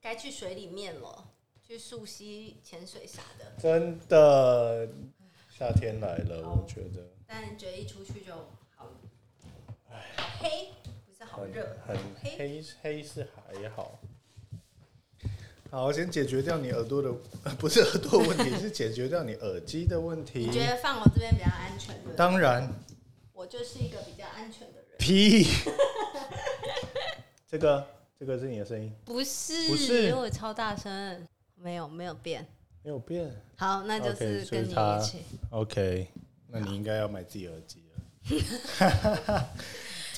该去水里面了，去溯溪、潜水啥的。真的，夏天来了，我觉得但觉得一出去就好，好黑，不是好很热，很黑黑黑是还好。好，先解决掉你耳朵的，不是耳朵问题，是解决掉你耳机的问题你。觉得放我这边比较安全对不对？当然，我就是一个比较安全的人，屁，这个这个是你的声音，不是不是我超大声，没有没有变。没有变。好，那就 OK，是所以跟你他一起。 OK，那你应该要买自己耳机了。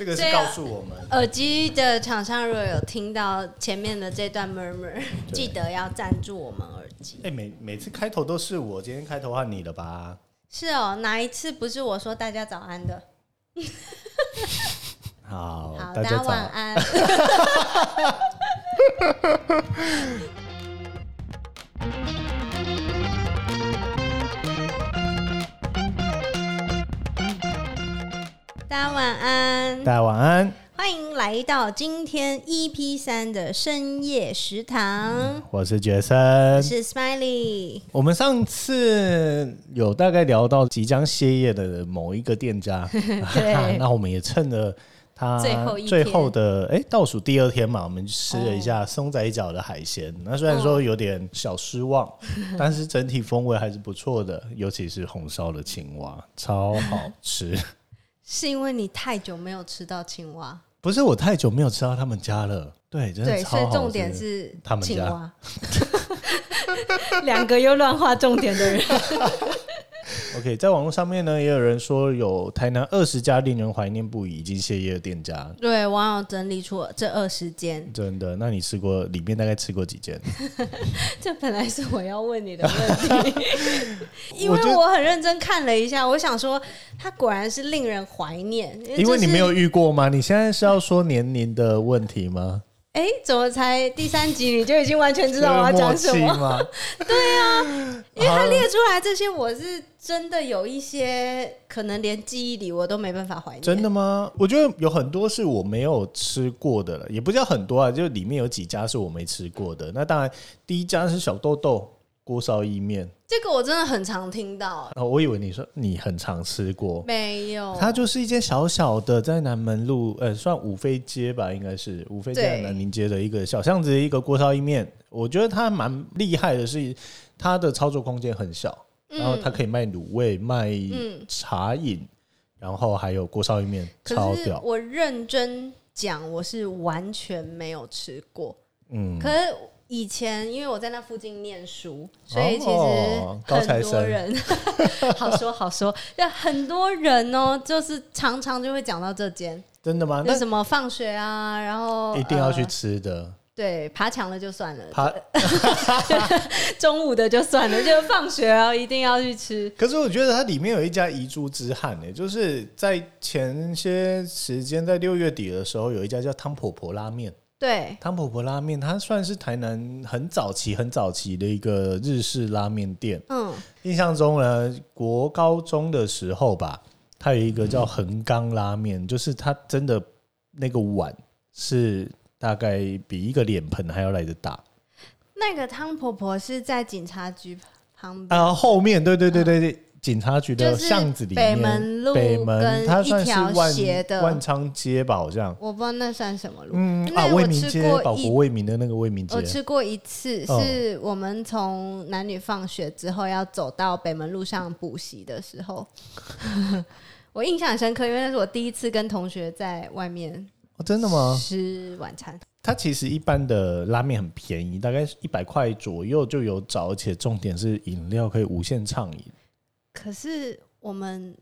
这个是对啊告诉我们，耳机的厂商如果有听到前面的这段 murmur，对记得要赞助我们耳机哎、。每每次开头都是我，今天开头换你了吧？是哦，哪一次不是我说大家早安的？好，好，大大家家早晚安。安。 大家晚安，大家晚安，欢迎来到今天 EP 三的深夜食堂，我是杰森。我是 Smiley。我们上次有大概聊到即将歇业的某一个 店家， 对那我们也趁着他最后一天哦最后的哎、倒数第二天嘛，我们吃了一下松仔角的海鲜。那虽然说有点小失望，哦 但是整体风味还是不错的，尤其是红烧的青蛙，超好吃。是因为你太久没有吃到青蛙，不是我太久没有吃到他们家了，对，真的对，超好所吃。以重点是他们青家 蛙。两个又乱画重点的人， OK，在网络上面呢，也有人说有台南二十家令人怀念不已、已经歇业的店家。对，网友整理出这二十 间，真的？那你吃过里面大概吃过几间？这本来是我要问你的问题， 因我觉为得我很认真看了一下，我想说，它果然是令人怀念，因为就是你没有遇过吗？你现在是要说年龄的问题吗？哎，怎么才第三集你就已经完全知道我要讲什这个默么啊契？吗？因为 他列出来这些，我是真的有一些可能连记忆里我都没办法怀念，真的吗？我觉得有很多是我没有吃过的了，也不叫很多啊，就里面有几家是我没吃过的。那当然，第一家是小豆豆锅烧意面，这个我真的很常听到，哦，我以为你说你很常吃过。没有，它就是一间小小的，在南门路，呃，算五妃街吧，应该是五妃街对和南宁街的一个小巷子，一个锅烧意面。我觉得它蛮厉害的是，它的操作空间很小，嗯然后它可以卖卤味、卖茶饮，然后还有锅烧意面，超可是屌。我认真讲，我是完全没有吃过。嗯，可是以前因为我在那附近念书，所以其实哦高材很多生人， 好说好说，就很多人哦，就是常常就会讲到这间，真的就吗？啊那什么放学啊，然后一定要去呃吃的。对爬墙了就算了， 它中午的就算了，就放学啊一定要去吃。可是我觉得它里面有一家遗珠之憾呢、就是在前些时间，在六月底的时候，有一家叫汤婆婆拉面。对，汤婆婆拉面，它算是台南很早期、很早期的一个日式拉面店。嗯，印象中呢，国高中的时候吧，它有一个嗯叫横纲拉面，就是它真的那个碗是大概比一个脸盆还要来的大。那个汤婆婆是在警察局旁边。啊，后面对对对对对，警察局的嗯就是巷子里北面，门路北门跟它一算是条万斜的万昌街吧，好像。我不知道那算什么路，嗯那啊，我为民吃街过，保一国为民的那个为民街我，吃过一次，哦是我们从男女放学之后要走到北门路上补习的时候， 我印象很深刻，因为那是我第一次跟同学在外面哦，真的吗？吃晚餐。它其实一般的拉面很便宜，大概一百块左右就有找，而且重点是饮料可以无限畅饮。可是我们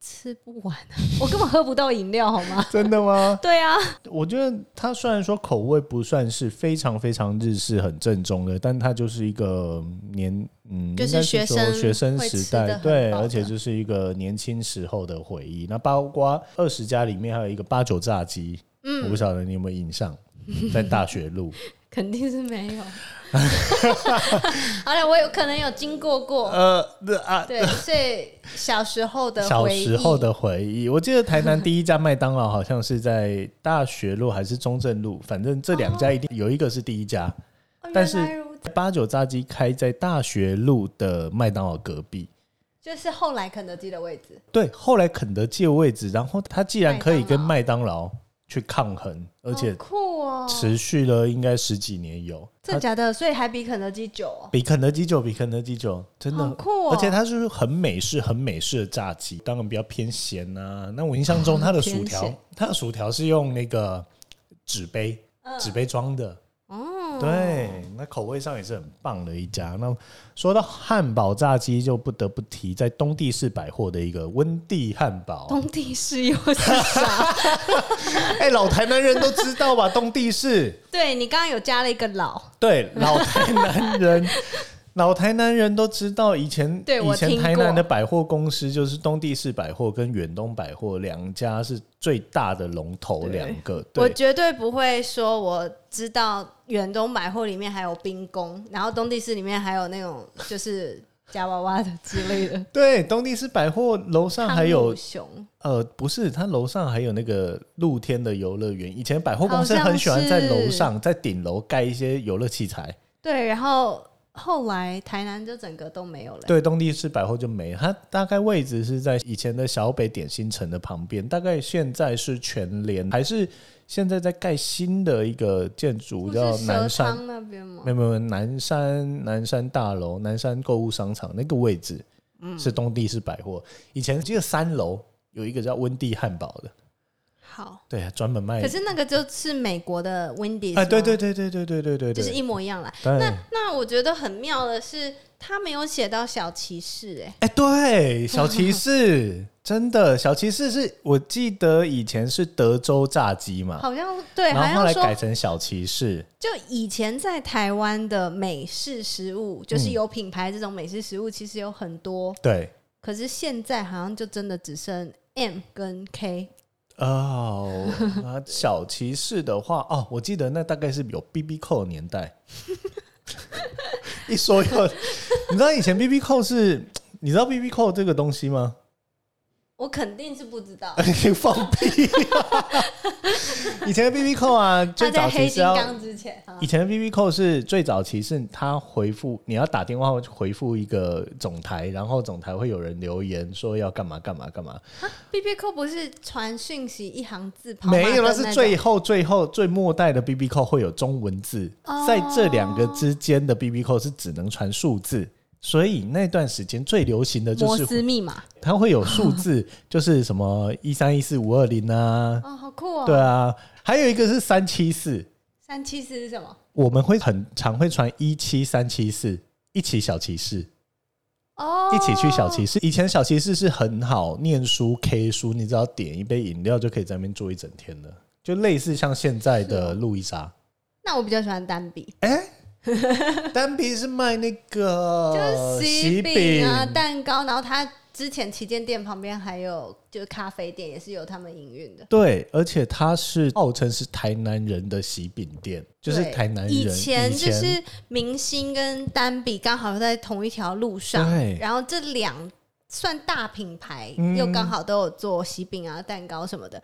吃不完、 啊，我根本喝不到饮料，好吗？真的吗？对啊，我觉得它虽然说口味不算是非常非常日式、很正宗的，但它就是一个年嗯，就是应学该是说生学生时会吃得代很对，饱的而且就是一个年轻时候的回忆。那包括二十家里面还有一个八九炸鸡，嗯我不晓得你有没有印 象，在大学路。肯定是没 有。好了，我有可能有经过过，呃，那啊， 对，所以小时候的小回忆哦时候的回忆，我记得台南第一家麦当劳好像是在大学路还是中正路，反正这两家一定有一个是第一家，哦但是原来如此八九炸鸡开在大学路的麦当劳隔壁。就是后来肯德基的位置，对，后来肯德基的位置，然后它既然可以跟麦当劳去抗衡，而且好酷哦，持续了应该十几年有，真的它假的？所以还比肯德基久哦，比肯德基久，比肯德基久，真好的。酷哦！而且它就是很美式、很美式的炸鸡，当然比较偏咸啊。那我印象中它的薯哦偏条咸，它的薯条是用那个纸杯、嗯纸杯装的，哦，对，那口味上也是很棒的一家。那说到汉堡炸鸡，就不得不提在东地市百货的一个温蒂汉堡。东地市又是啥？哎、老台南人都知道吧？东地市， 对你刚刚有加了一个老，对，老台 南人，老台南人都知道，以前对以我前听台南过的百货公司就是东地市百货跟远东百货两家是最大的龙头对两个，我对，。绝对不会说我知道远东百货里面还有冰宫，然后东地市里面还有那种就是夹娃娃的之类的 对，东地市百货楼上还汤有姆熊，呃，不是，它楼上还有那个露天的游乐园。以前百货公司好像很喜欢在楼是上，在顶楼盖一些游乐器材。对，然后后来台南就整个都没有了。对，东地市百货就没了，它大概位置是在以前的小北点心城的旁边，大概现在是全联，还是现在在盖新的一个建筑不叫是南蛇山？汤那边吗没？有没有，南山南山大楼、南山购物商场那个位置，是东地市百货。以前记得三楼有一个叫温蒂汉堡的，好，对，专门卖可。是那个就是美国的 Wendy's，哎哎，对吗对，对对对对对对对，就是一模一样啦。对，那那我觉得很妙的是，他没有写到小骑士、哎，哎、对，小骑 士真的，小骑士是我记得以前是德州炸鸡嘛，好像对，好啊然后像后来说改成小骑士，就以前在台湾的美式食物，嗯就是有品牌这种美式食物，其实有很多， 对，可是现在好像就真的只剩 M 跟 K。哦，啊，小骑士的话，哦，我记得那大概是有 B B 扣的 年代，一说又，你知道以前 B B 扣是，你知道 B B 扣这个东 西吗？我肯定是不知道，你放屁、啊 以前的 B B 扣啊，他 最在早黑期是金要刚之前，啊以前的 B B 扣是最早期是他回复你要打电话回复一个总台，然后总台会有人留言说要干嘛干嘛干嘛， B B Q 不是传讯息一行字跑马灯没有，那种是最后最后最末代的 B B 扣会有中文字，哦在这两个之间的 B B 扣是只能传数字，所以那段时间最流行的就摩是斯密码它会有 数字，就是什么一三一四五二零啊，哦，好酷哦！对啊，还有一个是三七四，三七四是什么？我们会很常会传一七三七四，一起小骑士。哦，一起去小骑士。以前小骑士是很好念书、K 书，你只要点一杯饮料就可以在那边坐一整天的，就类似像现在哦的路易莎。那我比较喜欢单笔，单皮是卖那就个是喜喜饼啊、蛋糕，然后它之前旗舰店旁边还有就是咖啡店，也是有他们营运的。对，而且它是号称是台南人的喜饼店，就是对台南人以前就以前是明星跟单笔刚好在同一条路上对，然后这两算大品牌，嗯又刚好都有做喜饼啊、蛋糕什么的。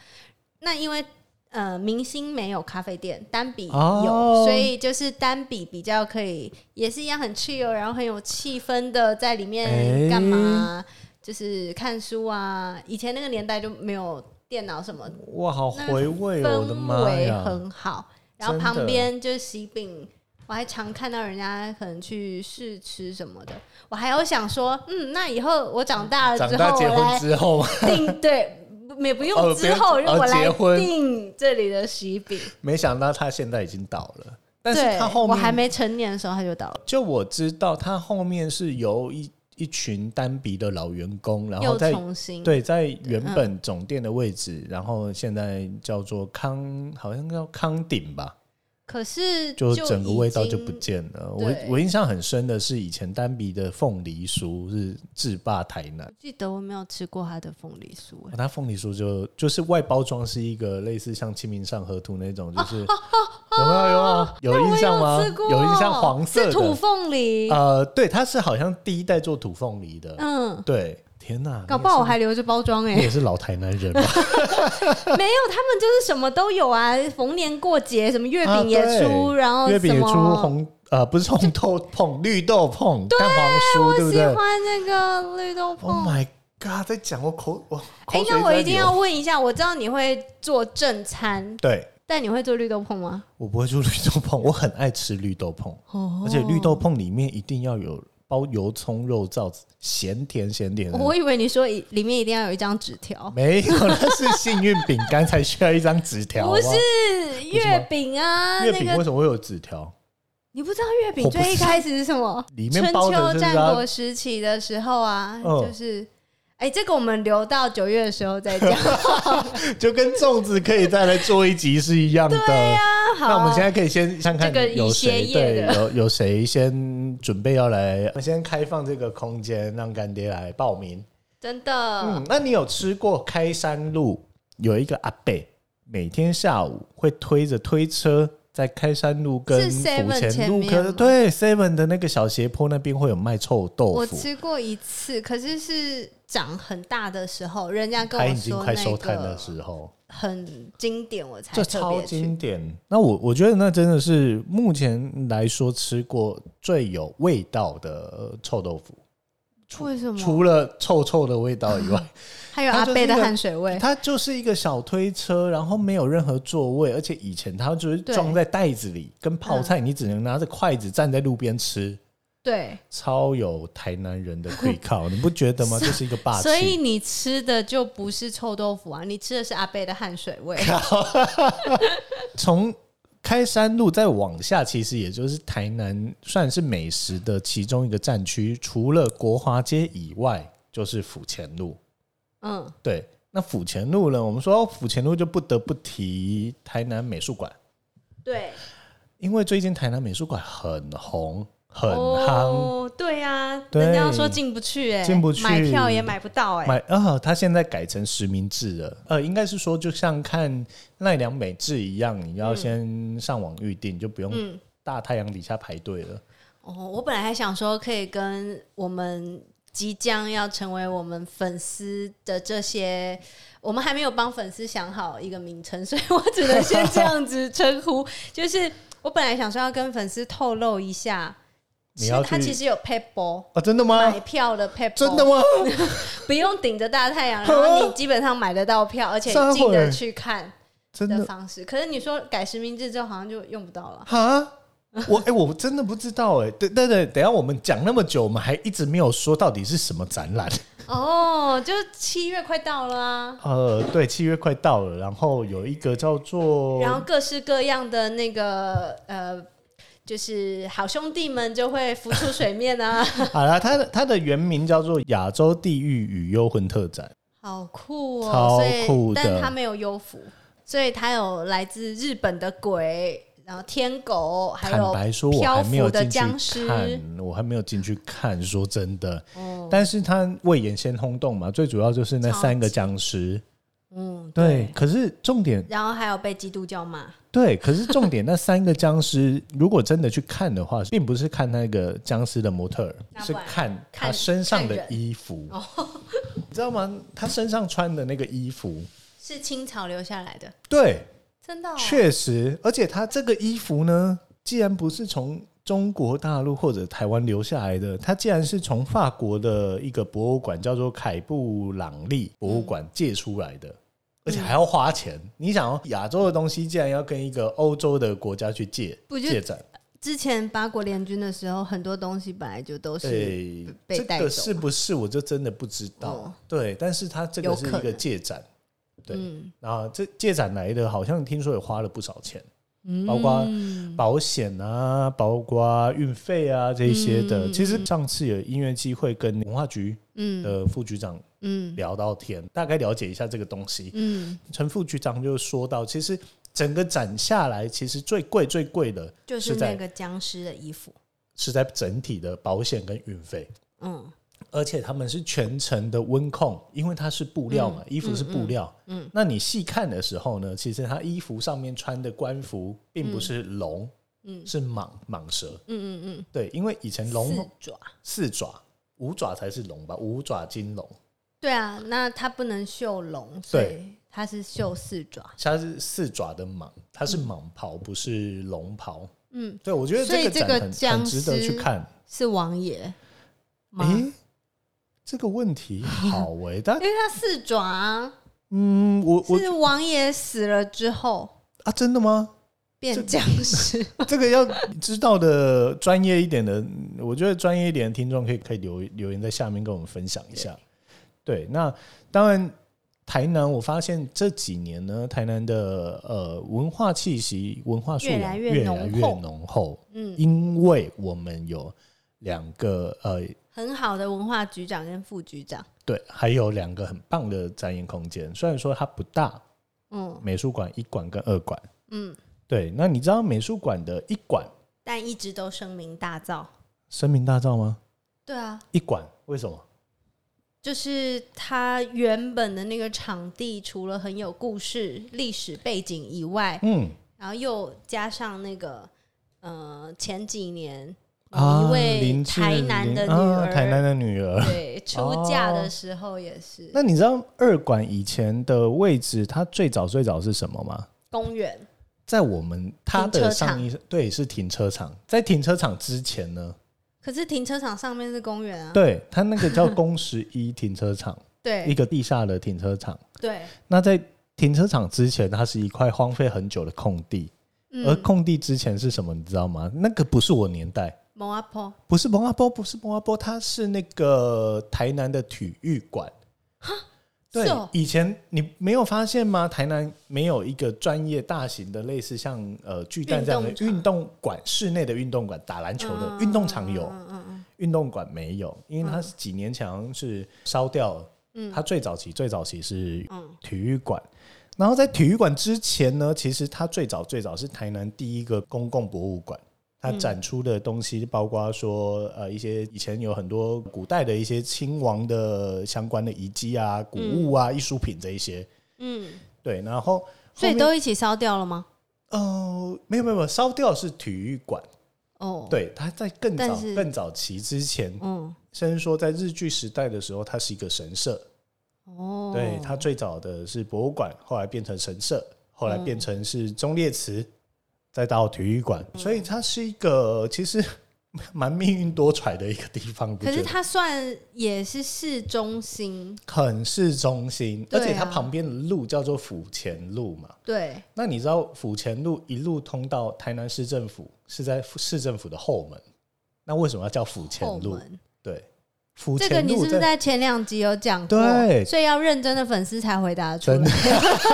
那因为呃，明星没有咖啡店，单笔有，哦所以就是单笔比较可以，也是一样很 chill，然后很有气氛的，在里哎面干嘛、就是看书啊。以前那个年代就没有电脑什么的哇，好回味哦，我的氛妈围呀！很好，然后真的旁边就是喜饼，我还常看到人家可能去试吃什么的，我还有想说，嗯，那以后我长大了长之大后，结我婚来之后，订对。也不哦用不之用后，哦让我来结婚订这里的喜饼。没想到他现在已经倒了，但是对他后，我面还没成年的时候他就到了，就我知道，他后面是由一一群单笔的老员工，然后又在重嗯新对在原本总店的位置，然后现在叫做康，好像叫康鼎吧，可是就整个已味道就经不见了。我对我印象很深的是，以前单笔的凤梨酥是制霸台南。我记得我没有吃过他的凤梨酥，哎它凤梨酥就就是外包装是一个类似像清明上河图那种，就是、 有没有 有没有有印象吗？我有吃过，印象黄色是的土凤梨，呃，对，它是好像第一代做土凤梨的， 嗯，对，天哪，搞不好我还留着包装哎你。也是老台南人吧？ 没有，他们就是什么都有啊，逢年过节什么月啊饼也出，对然后月饼也什出么啊红呃，不是红豆碰，绿豆碰，蛋黄酥，对不喜对欢哦那个绿豆？Oh 椪。 my god！在讲我口我哎、口水那我在一定流要问一下，我知道你会做正餐，对。但你会做绿豆椪吗？我不会做绿豆椪，我很爱吃绿豆椪，哦而且绿豆椪里面一定要有包油葱肉燥，咸甜咸甜的。我以为你说里里面一定要有一张纸条，没有，那是幸运饼干才需要一张纸条。不好好是月饼啊，月那饼啊为个什么会有纸条？你不知道月饼我不知道最一开始是什么？里面春包的秋是战它国时期的时候啊，嗯就是哎、这个我们留到九月的时候再讲。就跟粽子可以再来做一集是一样的。啊 好， 那我们现在可以先看看这个以有歇谁业对的有有谁先准备要来，我们先开放这个空间让干爹来报名。真的、嗯，那你有吃过开山路有一个阿伯，每天下午会推着推车在开山路是跟府 7-Eleven 前前路面吗可对 seven 的那个小斜坡那边会有卖臭豆我腐，吃过一次，可是是长很大的时候，人家跟他我已经说快收那摊的个时候，很经典，我才这特超别去。经典。那我我觉得那真的是目前来说吃过最有味道的呃臭豆腐，为什么？除了臭臭的味道以 外，还有它阿就是贝的一个汗水味，它就是一个小推车，然后没有任何座位，而且以前它就是装在袋子里，跟泡菜你只能拿着筷子站在路边吃，对，超有台南人的愧 靠，你不觉得吗？这是一个霸所以气。你吃的就不是臭豆腐啊，你吃的是阿贝的汗水 味。从开山路再往下，其实也就是台南算是美食的其中一个战区，除了国华街以外，就是府前路。嗯，对，那府前路呢？我们说到府前路就不得不提台南美术馆。对，因为最近台南美术馆很红很夯，哦，对啊，对人家要说进不去、哎，进不去买票也买不到、哎，买啊，它现在改成实名制了。呃，应该是说就像看奈良美智一样，你要先上网预定，就不用嗯，大太阳底下排队了。哦，我本来还想说可以跟我们即将要成为我们粉丝的这些，我们还没有帮粉丝想好一个名称，所以我只能先这样子称呼。 就是我本来想说要跟粉丝透露一下，你其实要他去其实有 payball。啊，真的吗买？票的 payball 真的吗？哦不用顶着大太阳，然后 你基本上买得到票，而且撒进得谎去看真的的方式。可是你说改实名制之后，好像就用不到了。哈？我哎、我真的不知道哎、对对对，等一下我们讲那么久，我们还一直没有说到底是什么展览。哦，就七月快到了啊。呃，对，七月快到了，然后有一个叫做然后各式各样的那个呃，就是好兄弟们就会浮出水面啊，好了，它的它的原名叫做亚洲地狱与幽魂特展。 好酷哦！超所以酷的但他没有幽浮，所以他有来自日本的鬼，然后天狗，还坦有白说，我漂还没有浮的进僵去尸。看，我还没有进去看。说真的，哦，但是它未言先轰动嘛，最主要就是那超三个级僵尸。嗯，对，。可是重点然后还有被基督教骂，对，可是重点那三个僵尸，如果真的去看的话，并不是看那个僵尸的模特儿，那是不然看他看身上看的人哦衣服。你知道吗？他身上穿的那个衣服，是清朝留下来的，对，真的、哦。确实，而且他这个衣服呢，既然不是从中国大陆或者台湾留下来的，它既然是从法国的一个博物馆叫做凯布朗利博物馆借出来的，而且还要花钱。你想哦，亚洲的东西，既然要跟一个欧洲的国家去借嗯不就借展，之前八国联军的时候，很多东西本来就都是对，被哎这带个走是不是我就真的不知道。哦对，但是它这有个是可一个能借展。对嗯啊，这借展来的，好像听说也花了不少钱。嗯，包括保险啊，包括运费啊这一些的。嗯其实上次有音乐机会跟文化局嗯的副局长嗯聊到天，大概了解一下这个东西。嗯，陈副局长就说到，其实整个展下来，其实最贵最贵的就是在那个僵尸的衣服。是在整体的保险跟运费。嗯而且他们是全程的温控，因为它是布料嘛，嗯衣服是布料。嗯嗯那你细看的时候呢，其实它衣服上面穿的官服并不是龙，嗯是蟒蟒蛇。嗯嗯对，因为以前嗯，龙四爪。四爪，五爪才是龙吧？五爪金龙，对啊，那它不能绣龙，所以它是绣四爪。它是四爪的蟒，它是蟒袍，不是龙袍。嗯，对，我觉得所以这这个展个很僵很值得去尸看。嗯是王爷吗？诶、这个问题好诶、但因为他四爪、啊、嗯，我我是王爷死了之后啊，真的吗？变这僵尸， 这个要知道的嗯专业一点的，我觉得专业一点的听众可以可以留留言在下面跟我们分享一下。对，那当然，台南我发现这几年呢，台南的呃文化气息、文化素越来养越越来浓越厚浓厚，嗯，因为我们有两个呃很好的文化局长跟副局长，对，还有两个很棒的展演空间，虽然说它不大，嗯美术馆一馆跟二馆。嗯，对，那你知道美术馆的一馆但一直都声名大噪。声名大噪吗？对啊，一馆为什么？就是他原本的那个场地，除了很有故事、历史背景以外，嗯，然后又加上那个呃前几年啊某一位林志台南的玲女啊儿，台南的女儿。 对出嫁的时候也是、哦那你知道二馆以前的位置，它最早最早是什么吗？公园，在我们它停的车场上一对是停车场，在停车场之前呢，可是停车场上面是公园啊，对它那个叫工十一停车场，一 对个地下的停车场。对，那在停车场之前，它是一块荒废很久的空地，而嗯，空地之前是什么？你知道吗？那个不是我年代，某阿婆不是蒙阿波，不是蒙阿波，它是那个台南的体育馆。对是哦，以前你没有发现吗？台南没有一个专业大型的，类似像呃巨蛋这样的运动场啊运动馆，室内的运动馆，打篮球的运动场有，嗯嗯嗯运动馆没有，因为它是几年前好像是烧掉了。嗯它最早期最早期是嗯体育馆，然后在体育馆之前呢，其实它最早最早是台南第一个公共博物馆。它展出的东西包括说，呃，一些以前有很多古代的一些亲王的相关的遗迹啊、古物啊、艺术品这一些。嗯，对，然后所以后面都一起烧掉了吗？呃没有没有没有烧掉是体育馆，哦，，对，它在更但早是更早期之前，嗯，甚至说在日据时代的时候，它是一个神社。哦，对，它最早的是博物馆，后来变成神社，后来嗯变成是忠烈祠，再到体育馆，所以它是一个其实 蛮命运多舛的一个地方，不可觉是得？它算也是市中心，很市中心，而对且啊它旁边的路叫做府前路嘛。对，那你知道府前路一路通到台南市政府，是在市政府的后门。那为什么要叫府前后路？门。对，府这个前你是路不是在前两集有讲过？对所以要认真的粉丝才回答得出真来。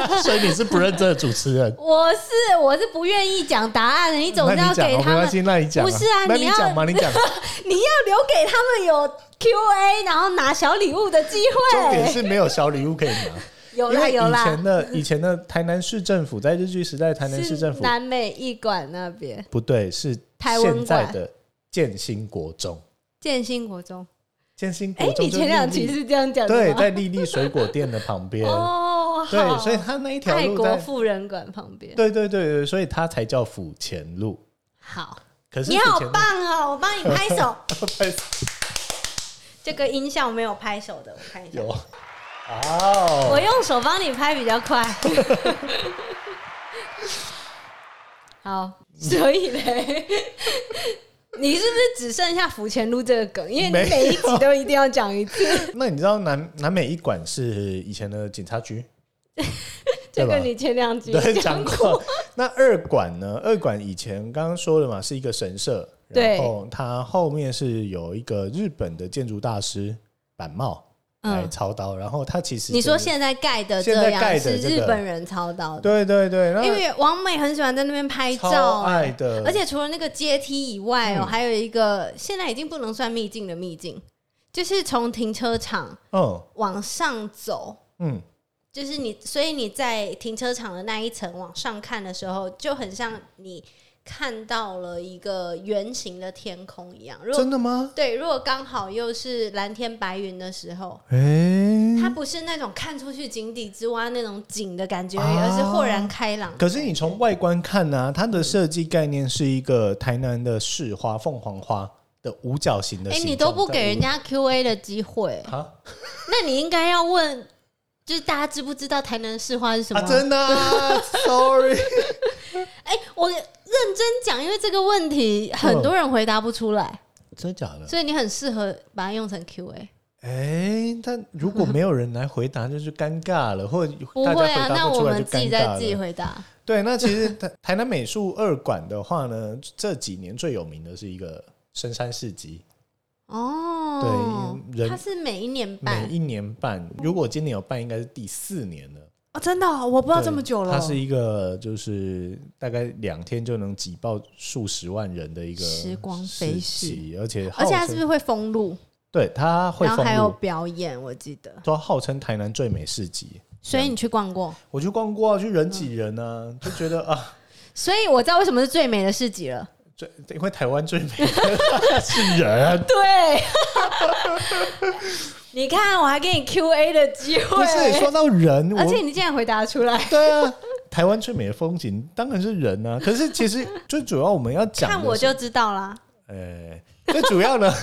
的， 所以你是不认真的主持人。我是我是不愿意讲答案的，你总那是你要讲给哦，没他们关，系，那你讲、啊，不是啊那你你要讲嘛，你 讲。你要留给他们有 Q&A，然后拿小礼物的机重点会。是没有小礼物可以拿，有因啦为有以啦嗯前，的以前的台南市政府在日据时代，台南市政是府南美艺馆那边，不对，是台湾现在的建兴国中，建新国中。建兴国哎，中你就前两立集立是这样讲对，的吗？在丽丽水果店的旁边，哦，好对，所以它那一条泰路国在，富人馆旁边。对对对对，所以它才叫府前路。好，可是你府好前路棒哦，我帮你拍手。拍这个音效没有拍手的，我看一下 有，。我哦，用手帮你拍比较 快。好，所以嘞，你是不是只剩下府前路这个梗？因为没你有每一集都一定要讲一次，那你知道南南美一馆是以前的警察局？这 对吧个你前两集对，讲讲过。 那二馆呢？二馆以前刚刚说了嘛，是一个神社，对然后它后面是有一个日本的建筑大师板茂来嗯，操刀，然后它哎其实你说就是现在盖的这现在盖样的是这个日本人操刀的，对对对，然因后为王美很喜欢在那边拍照超哎爱的，而且除了那个阶梯以外哦，嗯还有一个现在已经不能算秘境的秘境，就是从停车场嗯往上走，嗯，就是你，所以你在停车场的那一层往上看的时候，就很像你看到了一个圆形的天空一样。如果真的吗？对，如果刚好又是蓝天白云的时候，哎、它不是那种看出去井底之蛙那种景的感觉而已，啊而是豁然开朗。可是你从外观看呢、它的设计概念是一个台南的市花凤凰花的五角形的哎、形状在屋，你都不给人家 Q A 的机会，啊那你应该要问，就是大家知啊不知道台南市花是什么？ 啊，真的、啊、，sorry，哎、我认认真讲，因为这个问题嗯很多人回答不出来，真的假的？所以你很适合把它用成 Q&A。哎、但如果没有人来回答，就是尴尬了，或者 不大家会回啊，答那我出来们就自己尴再尬自己了。回答。对，那其实台 台南美术二馆的话呢，这几年最有名的是一个深山市集，哦，对人它是每一年每办一年办，如果今年有办，应该是第四年了。哦，真的哦、我不知道这么久了。它是一个就是大概两天就能挤爆数十万人的一个时光飞逝市集，而且而且它号是称不是会封路？对它会然后还封有路，表演，我记得。都号称台南最美市集。所以你去逛过，我去逛过、啊，去人挤人啊，就觉得啊，所以我知道为什么是最美的市集 了。最因为台湾最美的 是人，对，你看我还给你 Q A 的机不是会，说到人，我而且你竟然回答出来，对啊，台湾最美的风景当然是人啊。可是其实最主要我们要讲的看是，我就知道啦。呃，最主要呢，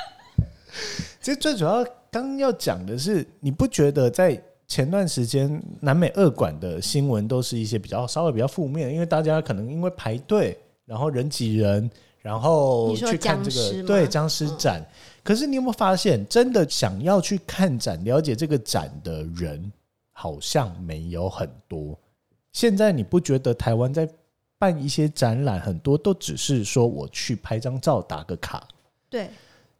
其实最主要刚要讲的是，你不觉得在前段时间南美二馆的新闻都是一些比较稍微比较负面，因为大家可能因为排队，然后人挤人，然后你说去看僵这尸个吗嗯对僵尸展。可是你有没有发现，真的想要去看展、了解这个展的人，好像没有很多。现在你不觉得台湾在办一些展览，很多都只是说我去拍张照、打个卡，对，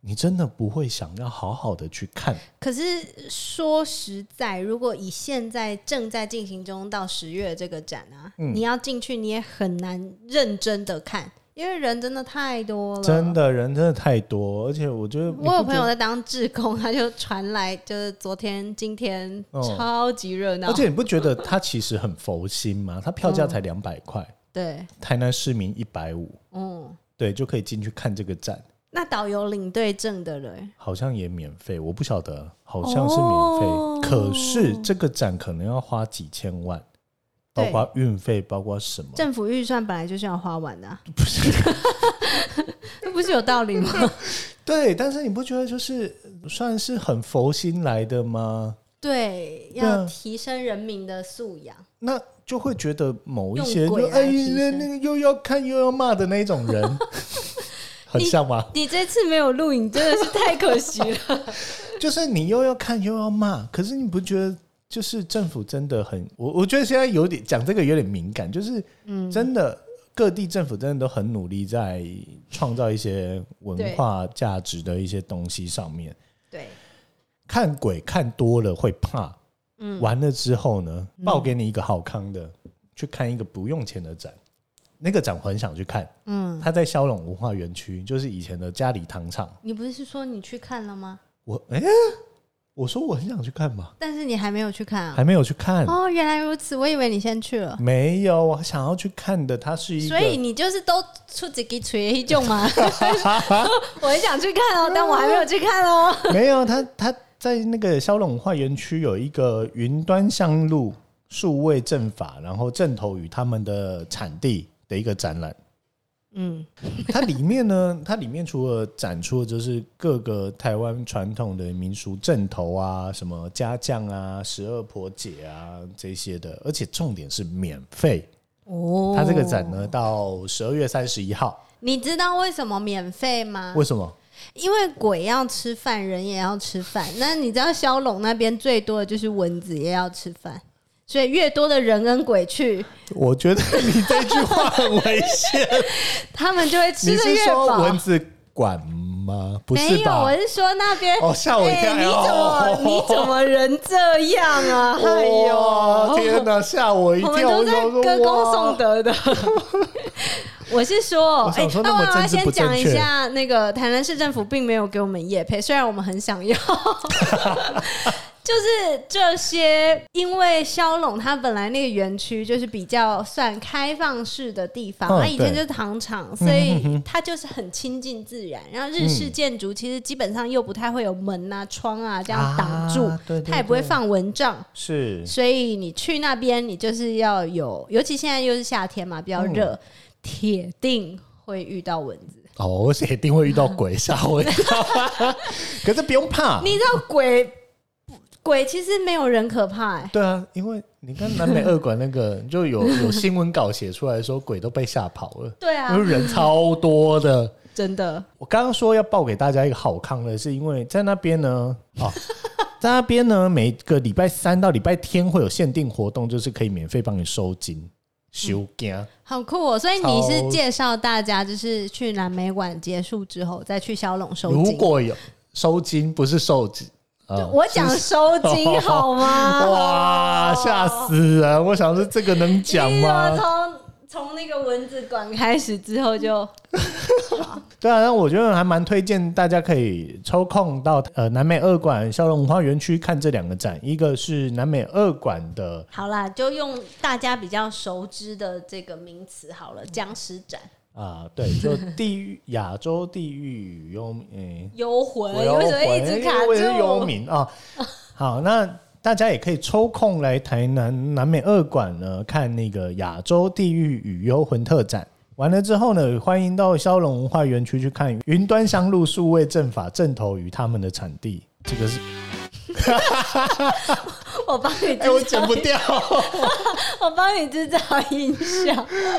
你真的不会想要好好的去看。可是说实在，如果以现在正在进行中到十月这个展啊，嗯你要进去你也很难认真的看，因为人真的太多了。真，的人真的太多，而且我觉得你不我有朋觉友得，在当志工，他就传来就是昨天、今天、哦超级热闹而，且你不觉得它其实很佛心吗？它嗯票价才两百块，对，台南市民一百五，嗯，对，就可以进去看这个展，那导游领队证的人，好像也免费，我不晓得，好像是免费，哦可是这个展可能要花几千万，包对括运费，包括什么，政府预算本来就是要花完的、啊，不是，不是有道理 吗？对，但是你不觉得就是算是很佛心来的吗？对，对要啊提升人民的素养。那就会觉得某一些用鬼就来哎，提那升那个又要看又要骂的那一种 人，很像吗？你这次没有录影，真的是太可惜 了。就是你又要看又要骂，可是你不觉得就是政府真的很我我觉得现在有点讲这个有点敏感，就是嗯，真的、各地政府真的都很努力在创造一些文化价值的一些东西上面。对，看鬼看多了会怕，嗯，完了之后呢，报给你一个好康的，去看一个不用钱的展。那个展我很想去看，嗯，它在骁龙文化园区，就是以前的嘉里糖厂。你不是说你去看了吗？我哎、我说我很想去看嘛，但是你还没有去看啊？还没有去看，哦，原来如此，我以为你先去了，没有，我想要去看的。它是一所以个，你就是都出自己锤一种 嘛。我很想去看哦，但我还没有去看哦。没有它它在那个骁龙文化园区有一个云端香路数位阵法，然后正头与他们的产地的一个展览。嗯， 它里面呢，它里面除了展出的就是各个台湾传统的民俗阵头啊，什么家将啊、十二婆姐啊这些的，而且重点是免费。哦它这个展呢，到十二月三十一号。你知道为什么免费吗？为什么？因为鬼要吃饭，人也要吃 饭。那你知道骁龙那边最多的就是蚊子也要吃饭，所以越多的人跟鬼去，我觉得你这句话很危险。他们就会你 吃的是越说饱蚊。子馆吗？不没是有，吧我？是说那边。哦，吓我一跳！哦哎你怎么你怎么人这样 啊？哎哇呦，天哪，吓我一我们跳！都我在想说歌功哇颂德 的。我是说，我哎想，说那那么我要政治先不讲正一确下，那个台南市政府并没有给我们业配，虽然我们很 想要。就是这些，因为骁龙它本来那个园区就是比较算开放式的地方，嗯它以前对嗯就是糖厂，所以它就是很亲近自然。然后日式建筑其实基本上又不太会有门啊、窗啊这样挡住，啊对对它也不会对放蚊帐。是所以你去那边，你就是要有，尤其现在又是夏天嘛，比较热，铁、定会遇到蚊子。哦，我是一 嗯定会遇到鬼，吓我一跳。可是不用怕，你知道鬼不鬼其实没有人可怕、欸，对啊，因为你看南美二馆那个，就有有新闻稿写出来说鬼都被吓跑了，对因啊，为人超多的。真的，我刚刚说要报给大家一个好康的，是因为在那边呢，哦，在那边呢，每个礼拜三到礼拜天会有限定活动，就是可以免费帮你收金、嗯修金。好酷哦！所以你是超介绍大家，就是去南美馆结束之后再去小笼收如金。果有收金，不是收金啊、就我讲收金好 吗？哇，吓死人！我想是这个能讲吗 你？怎么从从那个蚊子馆开始之后就，对啊，那我觉得还蛮推荐大家可以抽空到呃南美二馆骁龙文化园区看这两个展，一个是南美二馆的，好啦，就用大家比较熟知的这个名词好嗯了，僵尸展、啊、 对，就地狱亚洲地狱幽冥，嗯、幽魂，我为什么一直卡我也是幽住？冥啊。好，那大家也可以抽空来台南南美二馆呢看那个亚洲地狱与幽魂特展。完了之后呢，欢迎到骁龙文化园区去看云端香露数位阵法阵头与他们的产地。这个是，我帮你哎、我制剪造不一， 掉。 我帮你制造音效。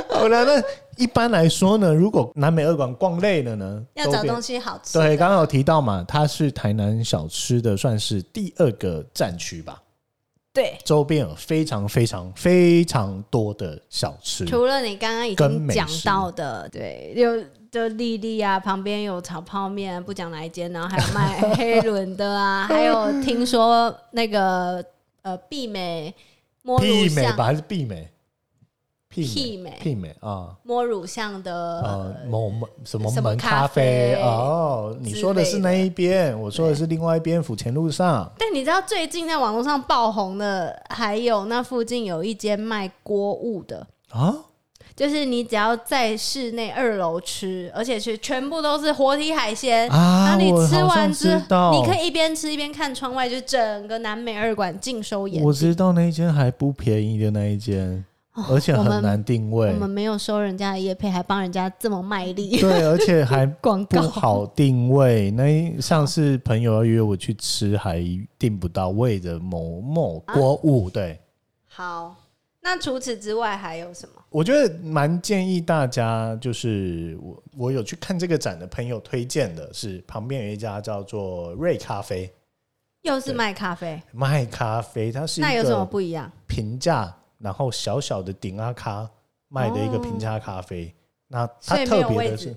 好了，那一般来说呢，如果南美二馆逛累了呢，要找周边东西好吃，对，刚刚有提到嘛，它是台南小吃的算是第二个战区吧，对，周边有非常非常非常多的小吃。除了你刚刚已跟经嗯美讲食到的，对，有就丽丽啊，旁边有炒泡面，不讲哪一间，然后还有卖黑轮的 啊，还有听说那个呃，毕美摸乳媲美像吧，还是媲美？媲媲美媲美啊！摸乳像呃的，某门什么什么门咖咖啡啡哦，你之说的类是的那一边，我说的是另外一边府前路上。但你知道最近在网络上爆红的，还有那附近有一间卖锅物的，啊，就是你只要在室内二楼吃，而且是全部都是活体海鲜啊然后你我吃好完像之知道你可以一边吃一边看窗外，就是整个南美二馆尽收眼。哦我知道那一间还不便宜的那一间，而且我很们难定我位，们没有收人家的业配，还帮人家这么卖力 对，而且还 广不告。好定位。那 一上次朋友要约我去吃，还订不到，为着某某啊锅物。对，好，那除此之外还有什么？我觉得蛮建议大家，就是我我有去看这个展的朋友推荐的是，旁边有一家叫做瑞咖啡又是卖咖啡，卖咖啡，它是那一有什么个不一样？平价，然后小小的顶阿咖卖的一个平价咖啡。那所它以没特有别位的置是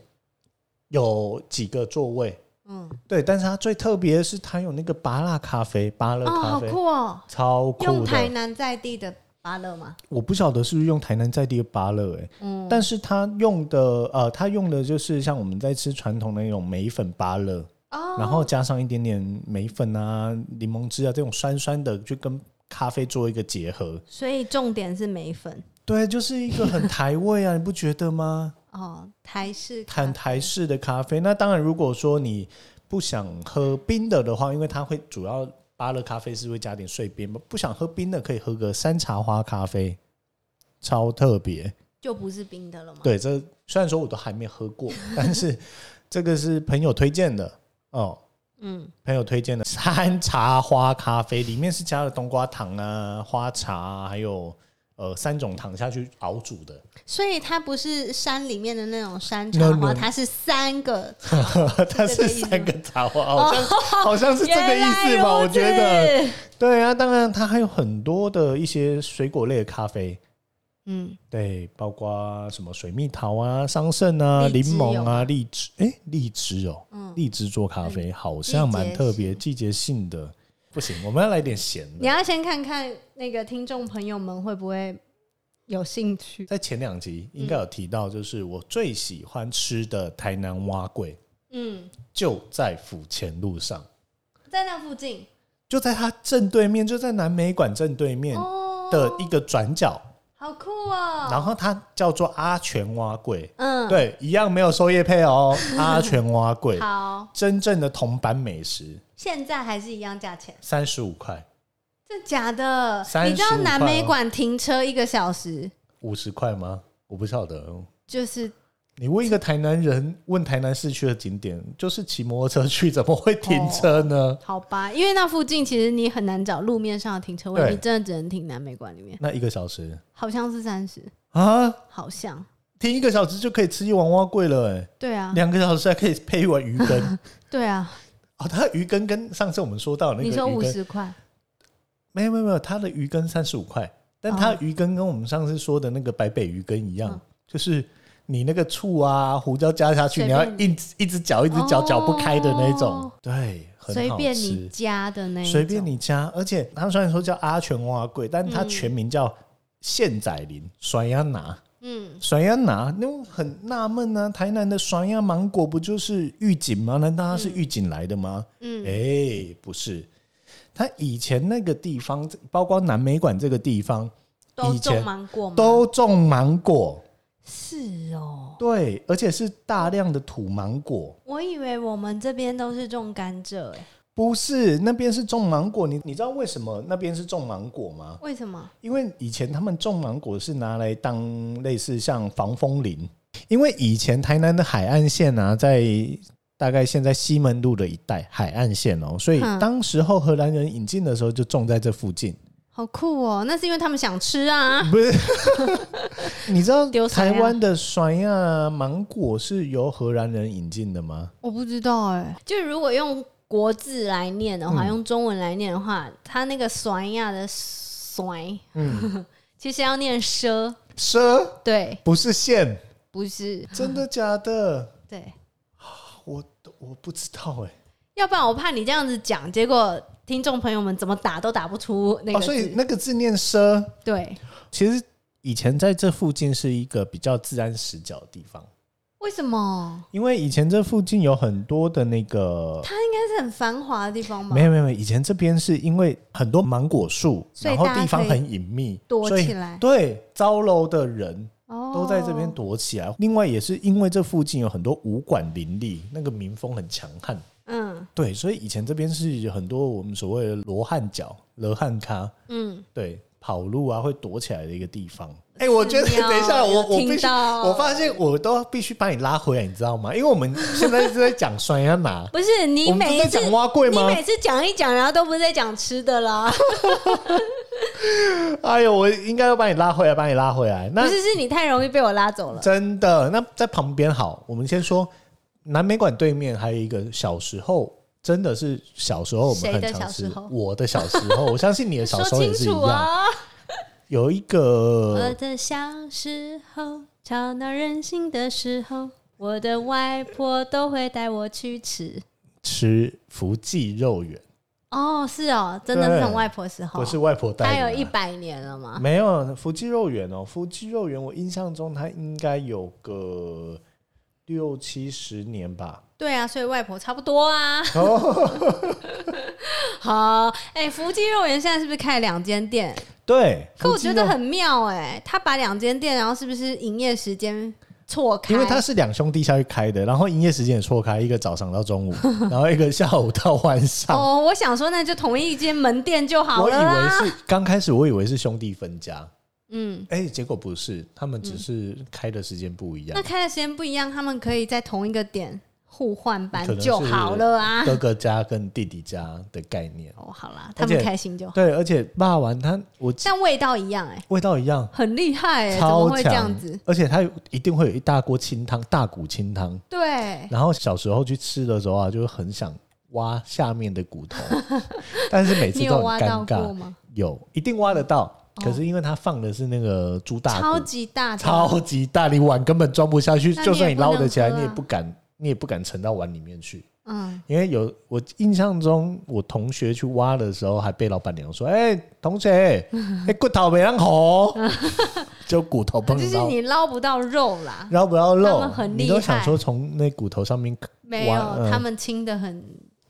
有几个座位。嗯，对，但是它最特别的是，它有那个芭乐咖啡，芭乐哦，咖好啡、酷哦，超酷用台的。南在地的芭乐吗？我不晓得是不是用台南在地的芭乐、欸，嗯，但是它用的呃，它用的就是像我们在吃传统的那种梅粉芭乐，哦，然后加上一点点梅粉啊、柠檬汁啊这种酸酸的，就跟咖啡做一个结合。所以重点是梅粉对，就是一个很台味啊，你不觉得吗？哦，台式咖很台式的咖啡。那当然，如果说你不想喝冰的的话，因为它会主要芭乐咖啡是会加点碎冰嘛，不想喝冰的可以喝个山茶花咖啡，超特别。就不是冰的了吗？对，这虽然说我都还没喝过，但是这个是朋友推荐的哦。嗯，朋友推荐的山茶花咖啡，里面是加了冬瓜糖啊、花茶啊、还有呃三种糖下去熬煮的。所以它不是山里面的那种山那茶花，轮它是三个。 它是三个茶花，好像好像是这个意哦思原来吧？哦我如此觉得，对啊，当然它还有很多的一些水果类的咖啡，嗯，对，包括什么水蜜桃啊、桑葚啊、荔柠枝檬有啊、吗荔枝，哎，荔枝哦，嗯荔枝做咖啡好像蛮特别，季节性的。不行，我们要来点咸你的。要先看看那个听众朋友们会不会有兴趣。在前两集应该有提到，就是我最喜欢吃的台南蛙桂嗯，就在府前路上。在那附近就在它正对面，就在南美馆正对面哦，的一个转角，好酷哦。然后它叫做阿全蛙柜，嗯，对，一样没有收叶配哦，阿全蛙柜，好，真正的铜板美食，现在还是一样价钱，三十五块、真假的？ 35你知道南块美哦馆停车一个小时五十块吗？我不晓得，哦就是你问一个台南人，问台南市区的景点，就是骑摩托车去，怎么会停车呢？好吧，因为那附近其实你很难找路面上的停车位，对你真的只能停南美馆里面，那一个小时好像是三十，啊，好像停一个小时就可以吃一碗蛙贵了、欸，对啊，两个小时还可以配一碗鱼 羹。对啊，哦，它的鱼羹跟上次我们说到的那你个说鱼五羹，十块，没有没有没有，它的鱼羹三十五块，但它的鱼羹跟我们上次说的那个白北鱼羹一样，哦嗯就是你那个醋啊、胡椒加下去，随你要便一直一直搅、一直搅，哦搅不开的那种，对，很随好便吃你。加的那一种随便你加，而且它虽然说叫阿全蛙贵，但它全名叫现宰林甩鸭拿。嗯，甩鸭拿，那我很纳闷呢。台南的甩鸭芒果不就是预警吗？难道它是预警来的吗？嗯，哎、不是，它以前那个地方，包括南美馆这个地方，都以种前芒果吗？都种芒果，是哦，对，而且是大量的土芒果。我以为我们这边都是种甘蔗，哎，不是，那边是种芒果，你你知道为什么那边是种芒果吗？为什么？因为以前他们种芒果是拿来当类似像防风林，因为以前台南的海岸线啊，在大概现在西门路的一带海岸线哦，所以嗯当时候荷兰人引进的时候就种在这附近。好酷哦，那是因为他们想吃啊。不是，你知道丢甩啊台湾的甩亚芒果是由荷兰人引进的吗？我不知道哎，就如果用国字来念的话，嗯用中文来念的话，它那个“酸亚”的“酸嗯，” 其实要念“奢蛇”，对，不是线，不是真的假的？对。我我不知道哎、要不然我怕你这样子讲，结果听众朋友们怎么打都打不出那个哦，字。所以那个字念蛇。对，其实以前在这附近是一个比较自然死角的地方，为什么？因为以前这附近有很多的那个，它应该是很繁华的地方吧？没有没有没有，以前这边是因为很多芒果树，所以然后大家地方可以很隐秘，躲所以起来对，招楼的人哦都在这边躲起来。另外也是因为这附近有很多武馆林立，那个民风很强悍。嗯对，所以以前这边是有很多我们所谓的罗汉脚、罗汉咖，嗯，对，跑路啊会躲起来的一个地方。哎、我觉得寺庙等一下，我我哦有必听须，到，我发现我都必须把你拉回来，你知道吗？因为我们现在是在讲酸鸭拿不是你我们每不一是在次讲蛙贵你吗？每次讲一讲，然后都不是在讲吃的啦，哎呦，我应该要把你拉回来，把你拉回来。不 那是是你太容易被我拉走了。真的，那在旁边好，我们先说南美馆对面还有一个小时候。真的是小时候我们谁很的常小吃时候，我的小时候，我相信你的小说时候也清是一楚样。啊！有一个我的小时候，吵闹任性的时候，我的外婆都会带我去吃。吃福记肉圆，哦，是哦，真的对是从外婆时候不，是外婆带她的嗯啊。有一百年了嘛？没有福记肉圆哦，福记肉圆，我印象中它应该有个六七十年吧。对啊，所以外婆差不多 啊。哦，好，哎、福记肉圆现在是不是开了两间店？对，可我福记觉肉得很妙哎、他把两间店，然后是不是营业时间错开？因为它是两兄弟下去开的，然后营业时间也错开，一个早上到中午， 然后一个下午到晚上。哦，我想说那就同一间门店就好啊我以了啦。为是刚开始，我以为是兄弟分家，嗯，哎、结果不是，他们只是开的时间不一样那。开的时间不一样，他们可以在同一个点互换班可能是就好了啊。哥哥家跟弟弟家的概念，哦，好啦，他而且们开心就好，对，而且霸王它我记但味道一样哎、味道一样，很厉害哎、怎么超会这样强子？，而且它有一定会有一大锅清汤，大骨清汤。对，然后小时候去吃的时候啊，就会很想挖下面的 骨头，但是每次你都有很挖到尴过尬。吗？有，一定挖得到，可是因为它放的是那个猪大哦超骨，级大的，超级大，你碗根本装不下去，那你也就算你捞得起来，不能喝啊你也不敢，你也不敢盛到碗里面去。嗯，因为有我印象中，我同学去挖的时候，还被老板娘说：“哎、同学，哎、骨头没让 好，就骨头碰就是到。”你捞不到肉啦，然后不要他肉们，很你厉都想害说从那骨头上面啃没有，挖嗯他们清的很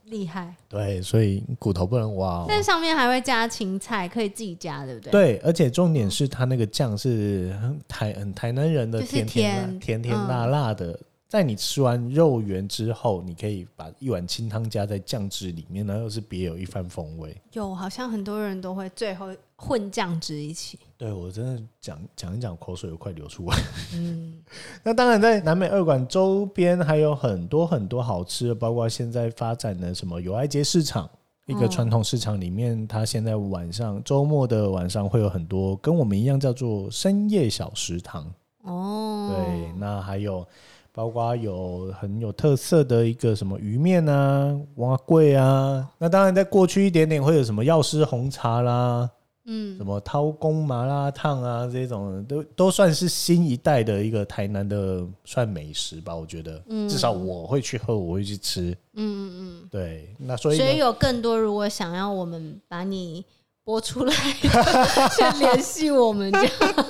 厉害，对，所以骨头不能挖、哦。但上面还会加芹菜，可以自己加，对不对？，对，而且重点是它那个酱是很台很台南人的就是甜甜辣甜甜甜辣辣的在你吃完肉圆之后，你可以把一碗清汤加在酱汁里面，然后又是别有一番风味。有，好像很多人都会最后混酱汁一起。对我真的讲讲一讲，口水都快流出来。嗯， 那当然，在南美二馆周边还有很多很多好吃的，包括现在发展的什么友爱街市场，一个嗯传统市场里面，它现在晚上周末的晚上会有很多跟我们一样叫做深夜小食堂。哦，对，那还有包括有很有特色的一个什么鱼面啊、蛙桂啊。那当然，在过去一点点会有什么药师红茶啦、嗯什么掏公麻辣烫啊这种，都都算是新一代的一个台南的算美食吧。我觉得，嗯至少我会去喝，我会去吃。嗯嗯对，那所嗯，以所以呢有更多如果想要我们把你播 出来的，先联系我们这样。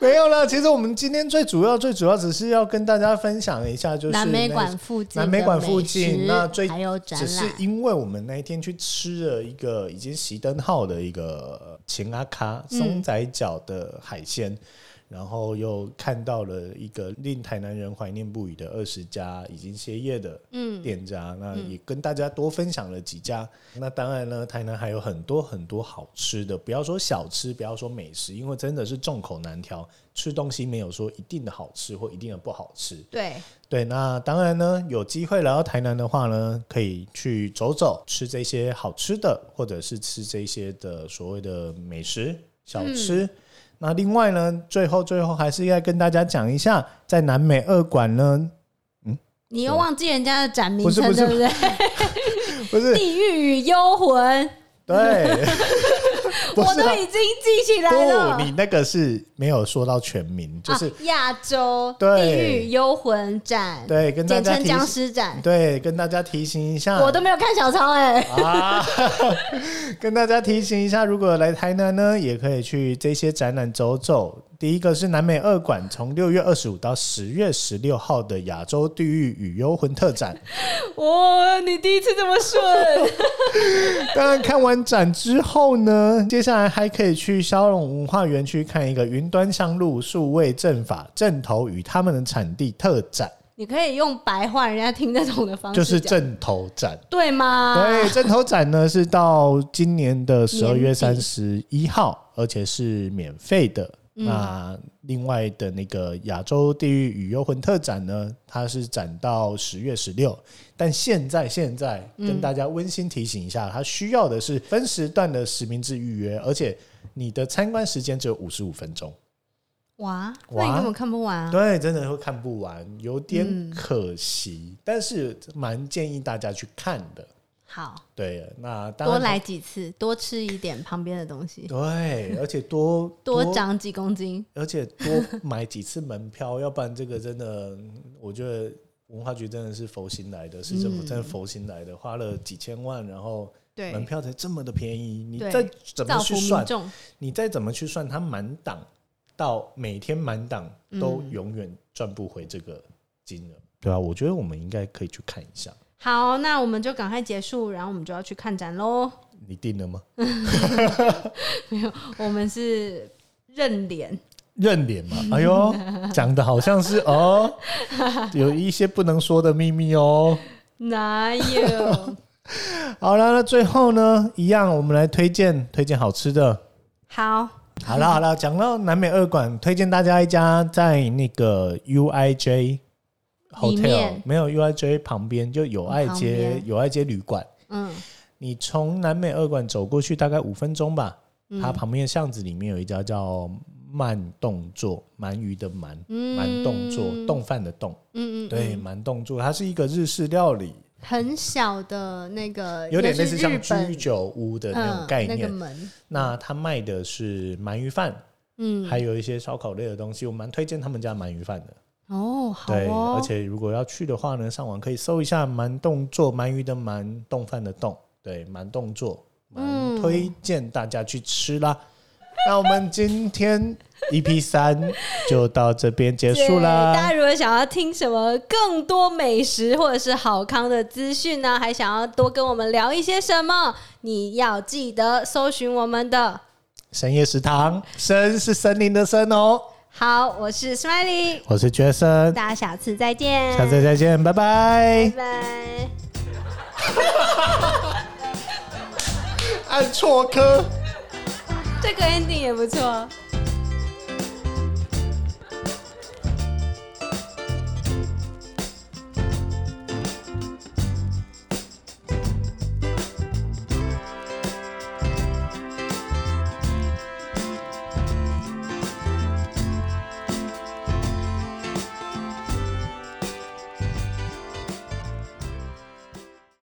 没有啦。其实我们今天最主要、最主要只是要跟大家分享一下，就是南美那馆附近的南美美食，馆附近那最还有展只是览，因为我们那一天去吃了一个已经熄灯号的一个呃前阿卡嗯松仔角的海鲜，然后又看到了一个令台南人怀念不已的二十家已经歇业的嗯店家，那也跟大家多分享了几家。那当然呢，台南还有很多很多好吃的，不要说小吃，不要说美食，因为真的是众口难调，吃东西没有说一定的好吃或一定的不好吃。对，对，那当然呢，有机会来到台南的话呢，可以去走走，吃这些好吃的，或者是吃这些的所谓的美食小嗯吃。那另外呢，最后最后还是要跟大家讲一下，在南美二馆 呢，你又忘记人家的展名不是称，不是对不对？不是 地狱与幽魂，对，不我是都啦已经记起来了。不，你那个是没有说到全名，就是、啊亚洲对地狱幽魂展，对，跟大简家称提僵醒，尸展。对，跟大家提醒一下，我都没有看小抄哎、啊， 跟大家提醒一下，如果来台南呢，也可以去这些展览走走。第一个是南美二馆，从六月二十五到十月十六号的亚洲地狱与幽魂特展。哇，你第一次这么顺，当然，看完展之后呢，接下来还可以去骁龙文化园区看一个云端香路数位阵法阵头与他们的产地特展，你可以用白话人家听得懂的方式讲，就是阵头展。对吗？对，针头展呢是到今年的十二月年底三十一号，而且是免费的。嗯那另外的那个亚洲地狱与幽魂特展呢，它是展到十月十六，但现在现在跟大家温馨提醒一下，它需要的是分时段的实名制预约，而且你的参观时间只有五十五分钟。哇，哇那你根本看不完啊！嗯对，真的会看不完，有点可惜，但是蛮建议大家去看的。好，对，那当多然来几次，多吃一点旁边的东西，对，而且多欸多，长几公斤。而且多买几次门票， 要不然这个真的，我觉得文化局真的是佛心来的，市政府真的佛心来的，花了几千万，然后嗯对门票才这么的便宜，你对再怎么造去福民算，众，你再怎么去算，它满档到每天满档嗯都永远赚不回这个金额。对啊，我觉得我们应该可以去看一下。好，那我们就赶快结束，然后我们就要去看展喽。你定了吗？我们是认脸，认脸 嘛？哎呦，讲的好像是哦，有一些不能说的秘密哦。哪 有？好了，那最后呢，一样我们来推荐推荐好吃的。好，好了好了，讲到南美二馆，推荐大家一家在那个 UIJ 里 Hotel 面没有 UIJ 旁边就友爱旁街边友爱街旅馆。嗯，你从南美二馆走过去大概五分钟吧，嗯它旁边的巷子里面有一家叫慢动作鳗鱼的鳗，鳗蛮动作动饭的动，嗯嗯，对，嗯，鳗动作，它是一个日式料理，很小的那个，有点类也似是像日居本酒屋的那种嗯概那念个。门，那他卖的是鳗鱼饭，嗯，还有一些烧烤类的东西，我蛮推荐他们家鳗鱼饭的。哦，好对，而哦，且如果要去的话呢，上网可以搜一下“蛮动作”，鳗鱼的蛮，冻饭的冻，对，蛮动作，蛮嗯推荐大家去吃啦。那我们今天 EP 三就到这边结对束大啦家。如果想要听什么更多美食或者是好康的资讯呢，还想要多跟我们聊一些什么，你要记得搜寻我们的深夜食堂，生是森林的森哦。好，我是 Smiley，我是杰森，大家下次再见，下次再见，拜拜拜。拜。按错科。这个 ending 也不错。